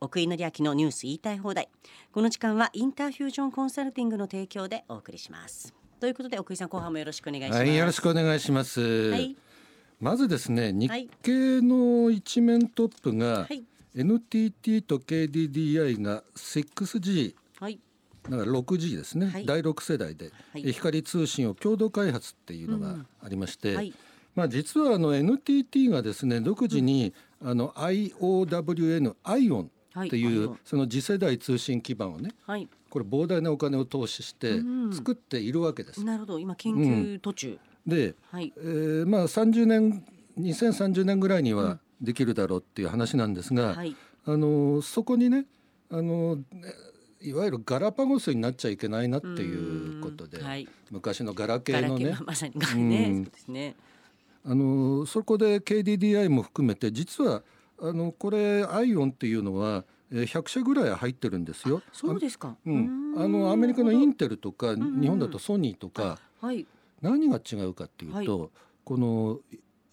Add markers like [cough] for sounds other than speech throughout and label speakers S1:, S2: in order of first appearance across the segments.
S1: 奥井紀明のニュース言いたい放題この時間はインターフュージョンコンサルティングの提供でお送りしますということで奥井さん後半もよろしくお願いします、
S2: はい、よろしくお願いします。
S1: はい
S2: まずですね、日
S1: い
S2: 経の一面トップが、
S1: はい
S2: NTT と KDDI が 6G
S1: はい
S2: なんか 6G ですね、
S1: はい
S2: 第6世代で、
S1: はい
S2: え光通信を共同開発っていうのがありまして、
S1: はい
S2: まあ、実はあの NTT がですね独自に、あの IOWN アイオン
S1: はい
S2: ってい
S1: ION
S2: う、その次世代通信基盤をね
S1: はい
S2: これ膨大なお金を投資して作っているわけです。
S1: なるほど今研究途中、
S2: で、
S1: はい
S2: えーまあ、30年2030年ぐらいにはできるだろうっていう話なんですが、
S1: はい
S2: あのそこにねあのねいわゆるガラパゴスになっちゃいけないなっていうことで、
S1: うんはい
S2: 昔のガラケ
S1: ガ
S2: ー
S1: ラ
S2: の
S1: ケー
S2: ね
S1: は [laughs] まさにガラケーね、
S2: うん
S1: そうですね
S2: あのそこで KDDI も含めて実はあのこれアイオンっていうのはえー100社ぐらい入ってるんですよ。
S1: そうですか
S2: あうん、
S1: うーん
S2: あのアメリカのインテルとか
S1: んうん
S2: 日本だとソニーとか
S1: はい
S2: 何が違うかっていうと、この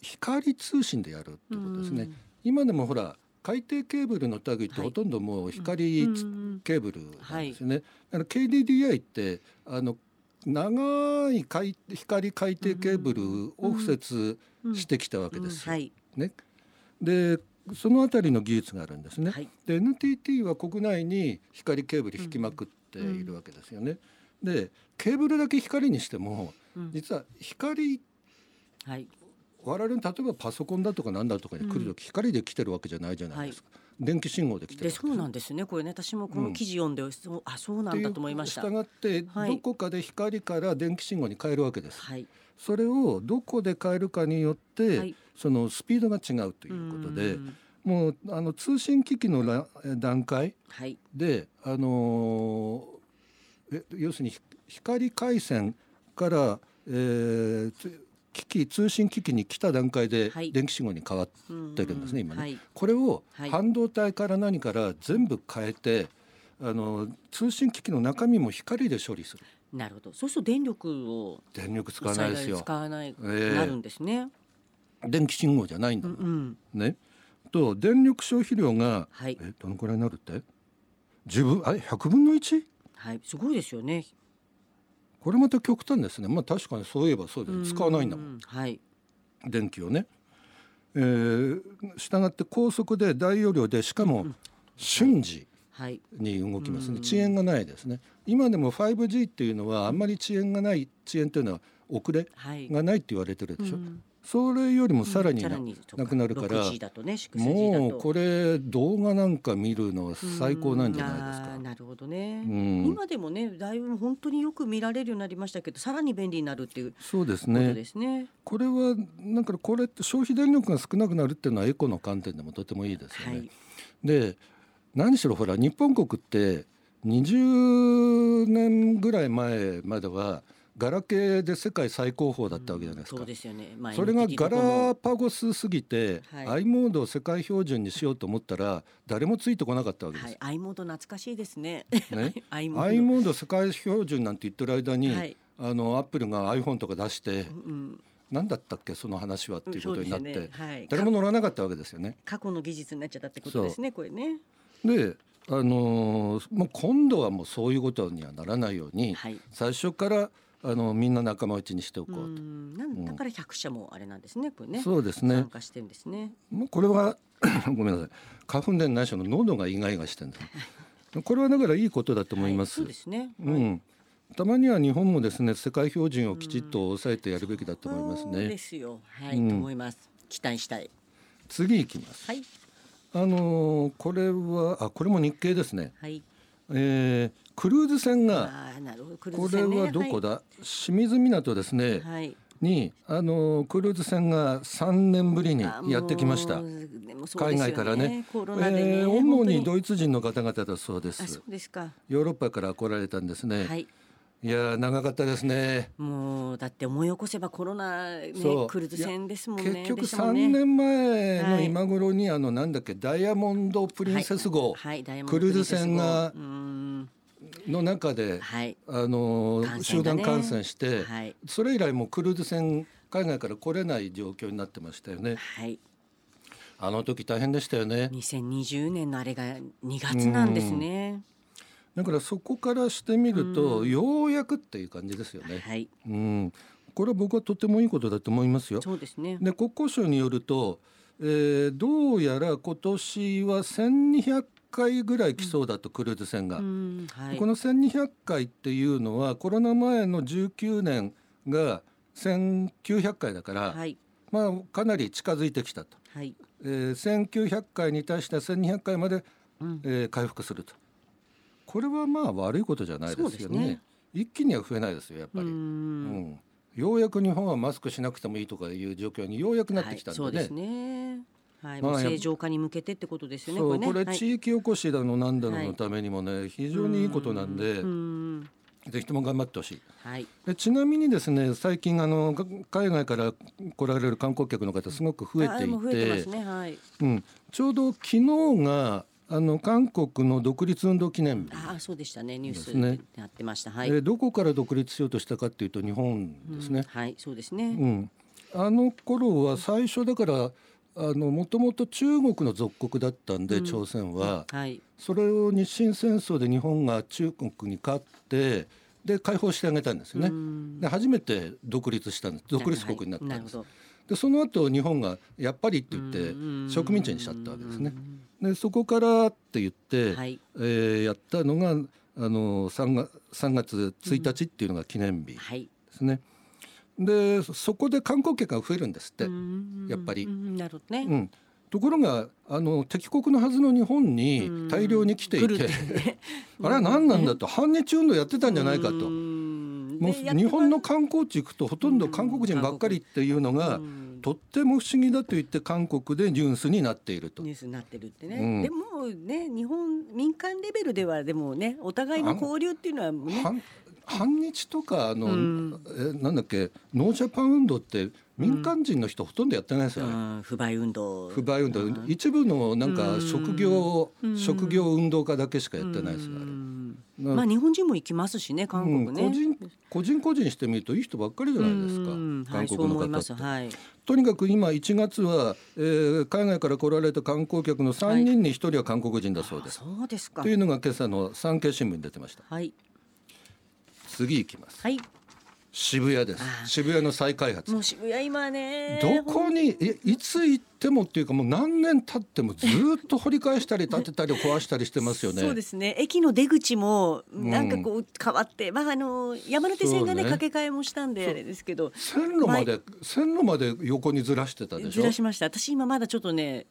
S2: 光通信でやるってことですね。
S1: うん
S2: 今でもほら海底ケーブルの類って
S1: はい
S2: ほとんどもう光
S1: うん
S2: つ
S1: うん
S2: ケーブルなんですよね。だから KDDI ってあの長い海光海底ケーブルを敷設してきたわけ
S1: うん
S2: ですよ。
S1: はい
S2: ね、でそのあたりの技術があるんですね。
S1: はい
S2: で NTT は国内に光ケーブル引きまくっているわけですよね。でケーブルだけ光にしても
S1: うん
S2: 実は光
S1: はい
S2: 我々の例えばパソコンだとかなんだとかに来る
S1: うん
S2: とき光で来てるわけじゃないじゃないですか、電気信号で来てる
S1: でそうなんんですねこれね私もこの記事読んで、そうあそうなんだと思いました
S2: 従って
S1: はい
S2: どこかで光から電気信号に変えるわけです、
S1: はい
S2: それをどこで変えるかによって、
S1: はい
S2: そのスピードが違うということで
S1: ん
S2: もうあの通信機器のら段階
S1: はい
S2: であのーえ要するにひ光回線から、えーつ機器通信機器に来た段階で
S1: はい
S2: 電気信号に変わってるんですね、
S1: う
S2: 今ね、
S1: はい
S2: これを
S1: はい
S2: 半導体から何から全部変えて、あの通信機器の中身も光で処理する
S1: なるほどそうすると電力を
S2: 電力使わないですよ
S1: 使わないく
S2: ええ
S1: なるんですね、
S2: 電気信号じゃないんだ
S1: うん
S2: もん
S1: うん
S2: ねと電力消費量が、
S1: はい
S2: えどのくらいになるって10分あれ100分の 1?
S1: はいすごいですよね
S2: これまた極端ですねまあ確かにそういえばそうです、使わないんだもん
S1: うはい
S2: 電気をね、えー、従って高速で大容量でしかも瞬時
S1: はい
S2: に動きます
S1: う
S2: ね
S1: ん
S2: 遅延がないですね今でも 5G っていうのはあんまり遅延がない遅延というのは遅れ
S1: はい
S2: がないって言われてるでしょ、
S1: うん
S2: それよりもさらに
S1: さ
S2: な,、
S1: らに
S2: くなるから
S1: 6 G だとね 6G だと
S2: もうこれ動画なんか見るのは最高なんじゃないですか
S1: うんあーなるほどね、
S2: うん
S1: 今でもねだいぶ本当によく見られるようになりましたけどさらに便利になるっていうこ
S2: そうです
S1: と
S2: ね
S1: ですね
S2: これはなんかこれって消費電力が少なくなるっていうのはエコの観点でもとてもいいですよ
S1: は
S2: ね、
S1: い
S2: で何しろほら日本国って20年ぐらい前まではガラケーで世界最高峰だったわけじゃないですか、
S1: そうですよね、まあ
S2: それが
S1: NTT
S2: ガラパゴスすぎて、
S1: はい
S2: i モードを世界標準にしようと思ったら誰もついてこなかったわけで
S1: はい
S2: す、、
S1: アイモード懐かしいですね。 [laughs]
S2: ね
S1: アイモ
S2: i
S1: ー
S2: モード世界標準なんて言ってる間に、
S1: はい
S2: あのアップルが iPhone とか出して、
S1: ド。うん、
S2: 何だったっけその話はっていうことになって、
S1: そうですよねはい
S2: 誰も乗らなかったわけですよね。
S1: 過去の技術になっちゃったってことですね、これね。
S2: で、あのーもう今度はもうそういうことにはならないように、
S1: はい。
S2: 最初からあのみんな仲間内にしてお
S1: う
S2: こうと、
S1: ん、なんだから百社もあれなんですね、これね。
S2: そうです
S1: 参
S2: ね、
S1: 加してるんですね。
S2: もうこれは [coughs] ごめんなさい花粉でないしの喉がイガイガしてるんですこれはだからいいことだと思います、
S1: はいそうですね。
S2: う
S1: はい。
S2: ん、たまには日本もですね世界標準をきちっと抑えてやるべきだと思います
S1: そうで
S2: ね
S1: すよ。はい、
S2: うん
S1: と思います。期待したい。
S2: 次いきます、
S1: はい。
S2: あのーこれはあこれも日経ですね、
S1: はい。
S2: えークルーズ船が
S1: ああ、なるほど。クルー
S2: こ
S1: ズ
S2: れ
S1: 船ね
S2: はどこだ、清水港ですね、
S1: はい。
S2: にあのクルーズ船が3年ぶりに
S1: はい
S2: やってきまし
S1: あ
S2: た
S1: も。うでもそうで
S2: 海
S1: すよ
S2: 外からね
S1: コロナでね。
S2: えー主
S1: 本当
S2: にドイツ人の方々だそうで
S1: あ、そ
S2: す
S1: うですか。
S2: ヨーロッパから来られたんですね、、
S1: はいい。
S2: やー長かったですね
S1: もうだって思い起こせばコロナね
S2: そう
S1: クルーズ船ですもんね
S2: 結局
S1: でしたも
S2: 3
S1: んね
S2: 年前
S1: は
S2: の
S1: い
S2: 今頃に、あのなんだっけダイヤモンド・プリンセス号
S1: はいはいダイヤモンド
S2: クルーズ船が
S1: プリンセス号うーん
S2: の中で、
S1: はい
S2: あのー
S1: 感染がね
S2: 集団感染して、
S1: はい
S2: それ以来もうクルーズ船海外から来れない状況になってましたよね。
S1: はい
S2: あの時大変でしたよね
S1: 2020年のあれが2月なんですね。
S2: だからそこからしてみると、
S1: う
S2: ようやくっていう感じですよね、
S1: はい、
S2: うん、これは僕はとてもいいことだと思いますよ
S1: そうですね。
S2: で国交省によると、えーどうやら今年は1200回ぐらい来そうだと、クルーズ船が、
S1: うん、はい。
S2: この1200回っていうのはコロナ前の19年が1900回だから、
S1: はい、
S2: まあかなり近づいてきたと、
S1: はい、
S2: えー1900回に対して1200回まで、
S1: うん、
S2: えー回復するとこれはまあ悪いことじゃないですよね
S1: そうですね
S2: 一気には増えないですよやっ
S1: う、
S2: ぱり、うんんようやく日本はマスクしなくてもいいとかいう状況にようやくなってきたんで
S1: はい、そう
S2: ね,、
S1: ですね。はい、
S2: まあ
S1: もう
S2: やっぱ
S1: 正常化に向けてってことですよね。
S2: そう
S1: こ
S2: こ
S1: れね。
S2: れ,、
S1: はい
S2: 地域おこしだのなんだの
S1: は
S2: の
S1: い
S2: ためにもね非常にいいことなんで
S1: ううん
S2: ぜひとも頑張ってほしい
S1: はい、
S2: でちなみにですね最近あのが海外から来られる観光客の方すごく増え
S1: あ
S2: て
S1: も
S2: いう
S1: 増えてます
S2: て
S1: ね。はい。
S2: うん、ちょうど昨日があの韓国の独立運動記念日、
S1: ああ、そうでしたね。ニュース
S2: ですね
S1: でやってました。はい。
S2: えーどこから独立しようとしたかっていうと日本ですね
S1: うん。はい、そうですね。
S2: うん、あの頃は最初だからあのもともと中国の属国だったんで、
S1: うん
S2: 朝鮮は、
S1: はい。
S2: それを日清戦争で日本が中国に勝ってで解放してあげたんですよね、
S1: うん
S2: で初めて独立したんです独立国になった
S1: はい
S2: んです、
S1: なる
S2: でその後日本がやっぱりって言って
S1: うん
S2: 植民地にしちゃったわけですね
S1: うん
S2: でそこからって言って、
S1: はい。
S2: えーやったのがあの3月 ,3 月1日っていうのが記念日で
S1: はい。
S2: すね、でそこで観光客が増えるんですって、やっぱり
S1: うんなるほどね。
S2: うん、ところがあの敵国のはずの日本に大量に来てい
S1: うん来
S2: て
S1: るってね
S2: [laughs] あれは何なんだと反日運動やってたんじゃないかと
S1: う
S2: も
S1: ん
S2: う
S1: でやっぱ
S2: 日本の観光地行くとほとんど韓国人ばっかりっていうのが
S1: うん
S2: とっても不思議だと言って韓国でニュースになっていると
S1: ニュースになってるってね、
S2: うん
S1: でもね日本民間レベルではでもねお互いの交流っていうのはね
S2: 反反日とかあの、
S1: うん
S2: えなんだっけノージャパン運動って民間人の人ほとんどやってないですよね。
S1: あー不買運動
S2: 不買運動
S1: うん
S2: 一部のなんか職業
S1: うん
S2: 職業運動家だけしかやってないですよあれ
S1: うん
S2: な
S1: まあ日本人も行きますしね韓国ね、
S2: うん個人個人個人してみるといい人ばっかりじゃないですか、
S1: うんは
S2: 韓
S1: い、そう
S2: 国の
S1: 思い
S2: 方
S1: ま
S2: っ
S1: す
S2: て、
S1: はい
S2: とにかく今1月は、えー海外から来られた観光客の3人に1人は韓国人だそう
S1: あ
S2: です、
S1: そうですか
S2: というのが今朝の産経新聞に出てました
S1: はい
S2: 次行きます
S1: はい
S2: 渋谷です
S1: あー
S2: 渋谷の再開発
S1: もう渋谷今ね
S2: どこにいいつ行ってもっていうかもう何年経ってもずーっと掘り返したり建てたり壊したりしてますよね
S1: そうですね駅の出口も
S2: ん
S1: なんかこう変わって、まああの山手線がね
S2: そうね
S1: 掛け替えもしたんであれですけど
S2: 線路まで線路まで横にずらしてたでし
S1: ず
S2: ょ
S1: らしました私今まだちょっとね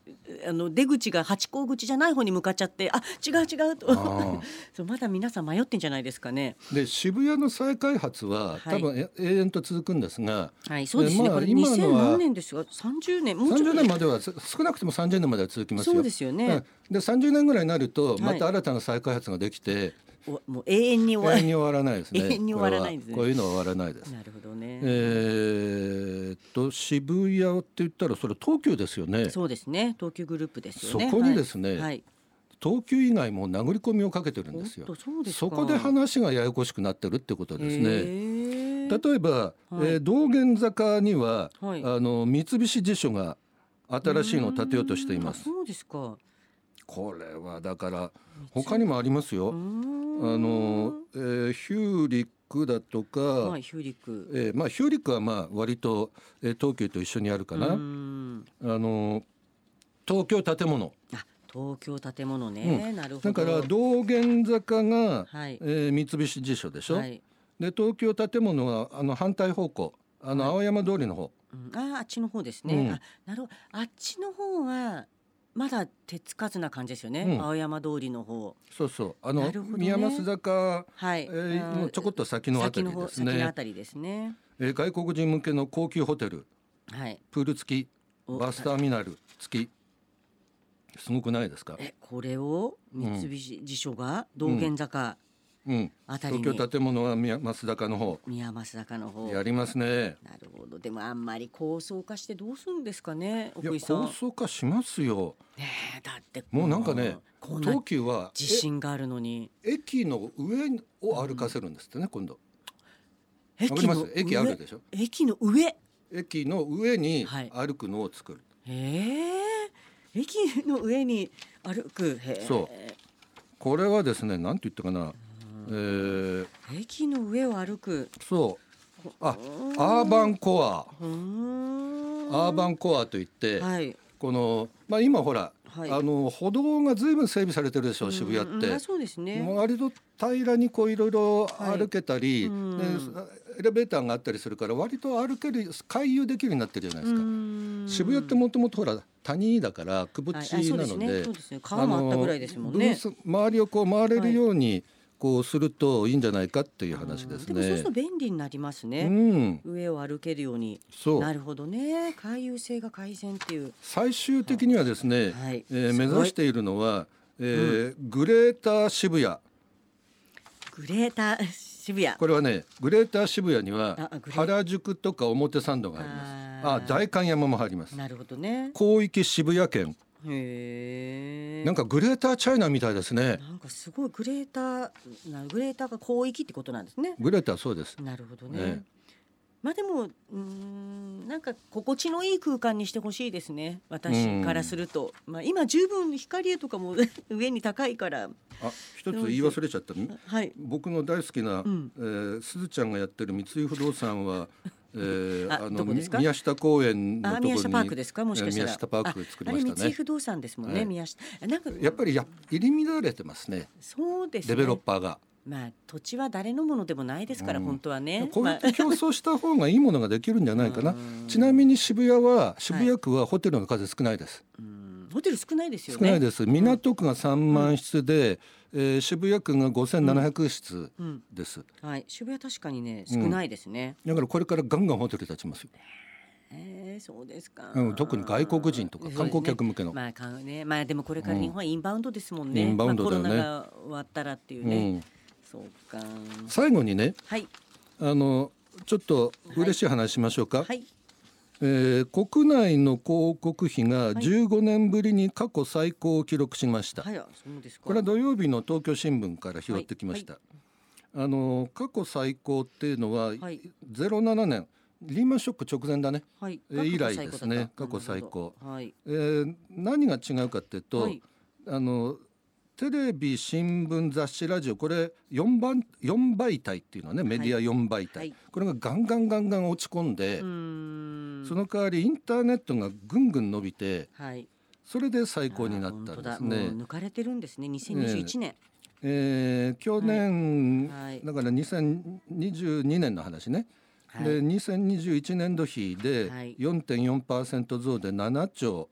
S1: あの出口が八甲口じゃない方に向かっちゃってあ違う違うと
S2: あー
S1: [laughs] そうまだ皆さん迷ってんじゃないですかね
S2: で渋谷の再開発は、
S1: はい
S2: 多分え永遠と続くんですが
S1: はいそうですね、
S2: えまあ
S1: これ
S2: 今の
S1: 2000
S2: は
S1: 何年ですが30年もうちょっ
S2: 30
S1: と
S2: 年まではす少なくとも30年までは続きますよ。
S1: そうですよね
S2: うんで30年ぐらいになると
S1: い
S2: また新たな再開発ができて、
S1: おもう永遠に
S2: 永
S1: 終わ
S2: 遠
S1: る
S2: に終わらないですね。
S1: 永遠に終わらないですね
S2: これはこういうのは終わらないです。
S1: なるほどね、
S2: えーっと渋谷って言ったらそれ東急ですよね。
S1: そうですね東急グループですよね
S2: そこにですね
S1: はい、はい
S2: 東急以外も殴り込みをかけてるん
S1: お
S2: で
S1: っ
S2: すよ
S1: と。そうですか
S2: そこで話がややこしくなってるってことですね。
S1: ね
S2: 例えば、
S1: はい
S2: えー道玄坂には、
S1: はい
S2: あの三菱地所が新しいのを建てようとしています
S1: そうですか
S2: これはだから他にもありますよ、
S1: あ
S2: あの、えーヒューリックだとか、
S1: はいヒューリック
S2: えーまあヒューリックはまあ割と、えー東急と一緒にあるかな、
S1: うん
S2: あの東京建物
S1: あ東京建物ね、なるほ
S2: だ
S1: ど
S2: から道玄坂が、
S1: はい
S2: えー三菱地所でしょ、
S1: はい
S2: で東京建物はあの反対方向あの青山通りの方、
S1: うん、あーあっちの方ですね、
S2: うん
S1: あなるほどあっちの方はまだ手つかずな感じですよね、
S2: うん
S1: 青山通りの方
S2: そうそうあの、
S1: なるほどね
S2: 宮益坂
S1: はい、
S2: えーのちょこっと先のあ
S1: 先
S2: たり
S1: の方
S2: です
S1: 先の
S2: ね
S1: あ、たりですね
S2: えー外国人向けの高級ホテル
S1: はい
S2: プール付き
S1: お
S2: バスターミナル付きすごくないですか、
S1: えこれを三菱地所が道玄坂
S2: うん、
S1: あたり
S2: 東
S1: に、
S2: 京建物は宮益坂の方
S1: 宮益坂の方
S2: やりますね
S1: なるほどでもあんまり高層化してどうするんですかね
S2: いや
S1: 奥井さん
S2: 高層化しますよ
S1: ねえだって
S2: もうなんかね
S1: こんな
S2: 東急は
S1: 地震があるのに
S2: え駅の上を歩かせるんですってね今度
S1: 駅
S2: わかります駅あるでしょ
S1: 上駅の上
S2: 駅の上に
S1: はい
S2: 歩くのを作る、
S1: ええ駅の上に歩くへえ
S2: そこれはですねなんて言ったかな、えー
S1: 駅の上を歩く
S2: そうあアーバンコア
S1: うーん
S2: アーバンコアといって、
S1: はい
S2: この、まあ、今ほら、
S1: はい
S2: あの歩道が随分整備されてるでしょ渋谷って。
S1: うんうんあそうですね
S2: 割と平らにこういろいろ
S1: はい
S2: 歩けたり、
S1: うん
S2: でエレベーターがあったりするから割と歩ける回遊できるようになってるじゃないですか、渋谷ってもともとほら谷だからくぼ
S1: はいあ
S2: 地
S1: そうです
S2: な
S1: ね
S2: ので
S1: そうですね川もあったぐらいですもんね
S2: あのブース周りをこう回れるようにこうするといいんじゃないかっていう話です
S1: うんもそうす
S2: ね
S1: ると。便利になります
S2: う
S1: ね、
S2: ん、
S1: 上を歩けるように
S2: そ
S1: な
S2: う
S1: るほどね回遊性が改善っていう
S2: 最終的にはですね、
S1: はい
S2: え
S1: す
S2: ー
S1: ご
S2: 目
S1: い
S2: 指しているのは、えーグレーター渋谷
S1: グレーター [laughs] 渋谷
S2: これはねグレーター渋谷に
S1: あ
S2: は
S1: あグレー
S2: 原宿とか表参道がありますあ
S1: あー
S2: 代官山も入ります
S1: なるほどね
S2: 広域渋谷圏
S1: へえ
S2: なんかグレーターチャイナみたいですね
S1: なんかすごいグレーターなグレーターが広域ってことなんですね
S2: グレーターそうです
S1: なるほどね、
S2: ええ
S1: まあでもうーんなんか心地のいい空間にしてほしいですね私からすると、まあ今十分光とかも [laughs] 上に高いから
S2: あ一つ言い忘れちゃった
S1: はい
S2: 僕の大好きな、
S1: うん
S2: えーすずちゃんがやってる三井不動産は、えー
S1: あ
S2: あ
S1: ど
S2: の
S1: こですか
S2: 宮下公園のと
S1: あ
S2: ころに
S1: 宮下パークですかもしかしたら
S2: えー宮下パークを作りま
S1: あ
S2: し
S1: あれ
S2: た
S1: 三井
S2: ね
S1: 不動産ですもんね、
S2: ええ
S1: 宮下なんか
S2: やっぱりや入り乱れてますね
S1: そうですね
S2: デベロッパーが、
S1: まあ土地は誰のものでもないですから、
S2: うん
S1: 本当はね
S2: こうや
S1: ま
S2: っ
S1: あ
S2: て競争した方がいいものができるんじゃないか
S1: [laughs]
S2: な、
S1: うん
S2: ちなみに渋谷は渋谷区はホテルの数少ないです、
S1: うんホテル少ないですよ
S2: 少
S1: ね
S2: ないです港区が3万室で、えー渋谷区が5700室
S1: うん
S2: です、
S1: はい渋谷確かにね
S2: う
S1: 少
S2: ん
S1: ないですね、
S2: だからこれからガンガンホテル建ちますよ、
S1: えーそうですか、
S2: うん、特に外国人とか観光客
S1: も
S2: 向けの、
S1: まあかねまあでもこれから日本はインバウンドですもんね、
S2: インバウンドだよね
S1: まあ、コロナが終わったらっていう
S2: う
S1: ね、
S2: ん、
S1: そうか
S2: 最後にね
S1: はい
S2: あのちょっと嬉しい話しましょうか、
S1: はい
S2: えー国内の広告費が15年ぶりに過去最高を記録しました、
S1: はいあそうですか
S2: これは土曜日の東京新聞から拾ってきました、あの過去最高っていうのは、
S1: はい
S2: 07年リーマンショック直前だね、
S1: はい
S2: えー以来ですね
S1: 過去最高だったはい
S2: えー何が違うかっていうと、
S1: はい
S2: あのテレビ新聞雑誌ラジオこれ4番4媒体っていうのはねメディア4媒体、
S1: はい
S2: これがガンガンガンガン落ち込んで、
S1: うーん
S2: その代わりインターネットがぐんぐん伸びて
S1: はい
S2: それで最高になった
S1: あー本当
S2: んで
S1: だ
S2: す
S1: もう
S2: ね。
S1: 抜かれてるんですね2021年、
S2: えー去年、
S1: はいはい
S2: だから2022年の話ね、
S1: はい
S2: で2021年度比で
S1: はい
S2: 4.4%増で7兆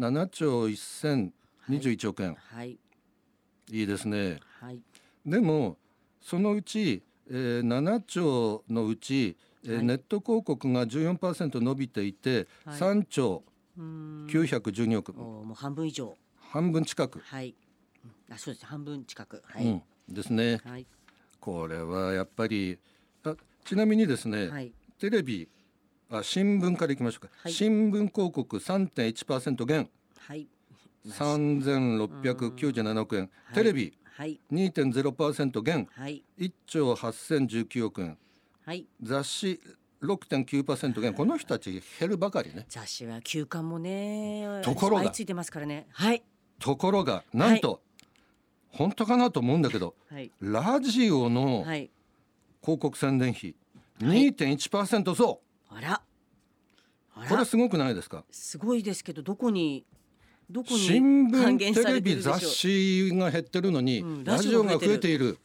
S2: 7兆1021億円、
S1: はい
S2: い、いですね
S1: はい
S2: でもそのうち、えー7兆のうち、えー
S1: はい
S2: ネット広告が14%伸びていて、
S1: はい
S2: 3兆
S1: うーん
S2: 912億、
S1: おーもう半分以上
S2: 半分近く、
S1: はいうんあそうです半分近くはい、
S2: うん、ですね
S1: はい
S2: これはやっぱりあちなみにですね、
S1: はい
S2: テレビあ新聞からいきましょうか、
S1: はい
S2: 新聞広告3.1%減
S1: はい
S2: 3697億円、
S1: はい
S2: テレビ
S1: はい
S2: 2.0%減
S1: はい
S2: 1兆8019億円
S1: はい
S2: 雑誌6.9%減この人たち減るばかりね
S1: 雑誌は休刊もね
S2: ところが
S1: 相次いでますからねはい
S2: ところがなんと、本当かなと思うんだけど
S1: はい
S2: ラジオの
S1: はい
S2: 広告宣伝費
S1: はい
S2: 2.1%増、
S1: あらあ
S2: これ
S1: ら
S2: すごくないですか
S1: すごいですけどどこにどこに
S2: 新
S1: 還
S2: 聞
S1: 元
S2: テ
S1: さ
S2: レ
S1: れてるで
S2: ビ
S1: しょう
S2: 雑誌が減ってるのに、
S1: うん
S2: ラ
S1: ラ
S2: ジ
S1: ジ
S2: オ
S1: オ
S2: が
S1: が
S2: 増
S1: 増
S2: え
S1: え
S2: て
S1: て
S2: いる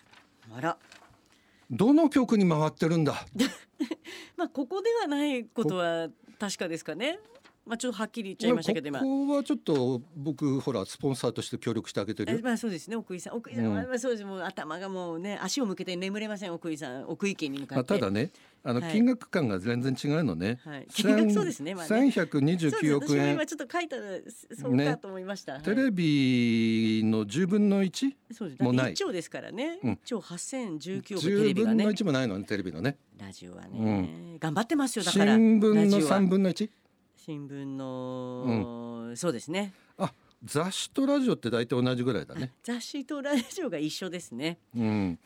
S1: あら
S2: どの局に回ってるんだ
S1: まあここではないことは確かですかねまあちょっとはっきり言っちゃいましたけど今
S2: ここはちょっと僕ほらスポンサーとして協力してあげて
S1: え
S2: る
S1: まあそうですね奥井さん奥井さん、
S2: うん
S1: まあまあそうですもう頭がもうね足を向けて眠れません奥井さん奥井家に向か
S2: ま
S1: っ
S2: あ、
S1: て、
S2: ただねあの
S1: はい
S2: 金額感が全然違うのね、
S1: はい
S2: 千
S1: 金額そうですねまあねそうです
S2: 1129億
S1: 私も
S2: 円
S1: 今ちょっと書いたらそう
S2: ね
S1: かと思いました、はい
S2: テレビの10分の1
S1: そうです
S2: もう
S1: だっ
S2: な
S1: て
S2: い
S1: 一兆ですからね
S2: うん
S1: 一兆八千十九億テレ
S2: 10
S1: ビが
S2: 分の
S1: ね
S2: 1もないのねテレビのね
S1: ラジオはね、頑張ってますよだ
S2: 新
S1: から
S2: 聞の
S1: ラジオは
S2: 3分の 1?
S1: 新聞の、そうですね
S2: あ雑誌とラジオって大体同じぐらいだね。
S1: 雑誌とラジオが一緒ですね。
S2: うん、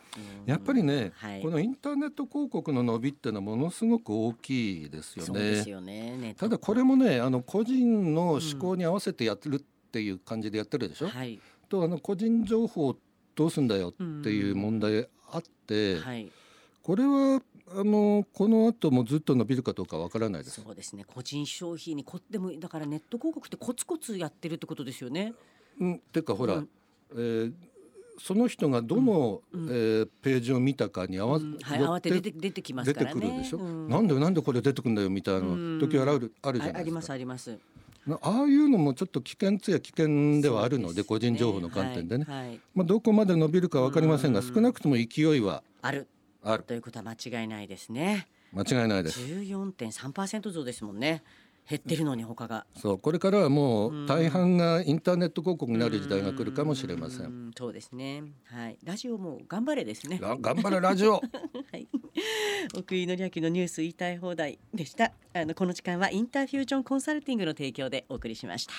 S2: やっぱりね、
S1: はい
S2: このインターネット広告の伸びってのはものすごく大きいですよ
S1: そうです
S2: ね。
S1: よね。ネッ
S2: た
S1: ト
S2: だこれもねあの個人の思考に合わせてやってるっていう感じでやってるでしょ。
S1: はい。
S2: とあの個人情報どうすんだよっていう問題あって、
S1: はい。
S2: これはあのこの後もずっと伸びるかどうかわからないです。
S1: そうですね。個人消費にこでもだからネット広告ってコツコツやってるってことですよね。
S2: うん、てかほら、
S1: うん
S2: えーその人がどの、
S1: うんうん
S2: えーページを見たかに合わ,、
S1: うんはい。慌てて出て出てきます
S2: 出
S1: か
S2: て
S1: ら
S2: く
S1: ね。
S2: るでしょ、
S1: うん
S2: なんでなんでこれ出てくるんだよみたいな時はある,、あるじゃ
S1: あ
S2: な
S1: あ
S2: い
S1: り
S2: で
S1: ますす
S2: か
S1: あります。
S2: なああいうのもちょっと危険つや危険ではあるので
S1: そう
S2: 個
S1: すね
S2: 人情報の観点でね、
S1: はいはい
S2: まあ、どこまで伸びるか分かりませんが、
S1: うん
S2: 少なくとも勢いは
S1: ある
S2: ある
S1: ということは間違いないですね。
S2: 間違いないです
S1: 14.3%増ですもんね。減ってるのに他が。
S2: そうこれからはも
S1: うん
S2: う大半がインターネット広告になる時代が来るかもしれませ。
S1: うんん。そうですね。はい。ラジオも頑張れですね。
S2: ら頑張れラジ
S1: は
S2: オ
S1: い、奥井紀明のニュース言いたい放題でしたあのこの時間はインターフュージョンコンサルティングの提供でお送りしました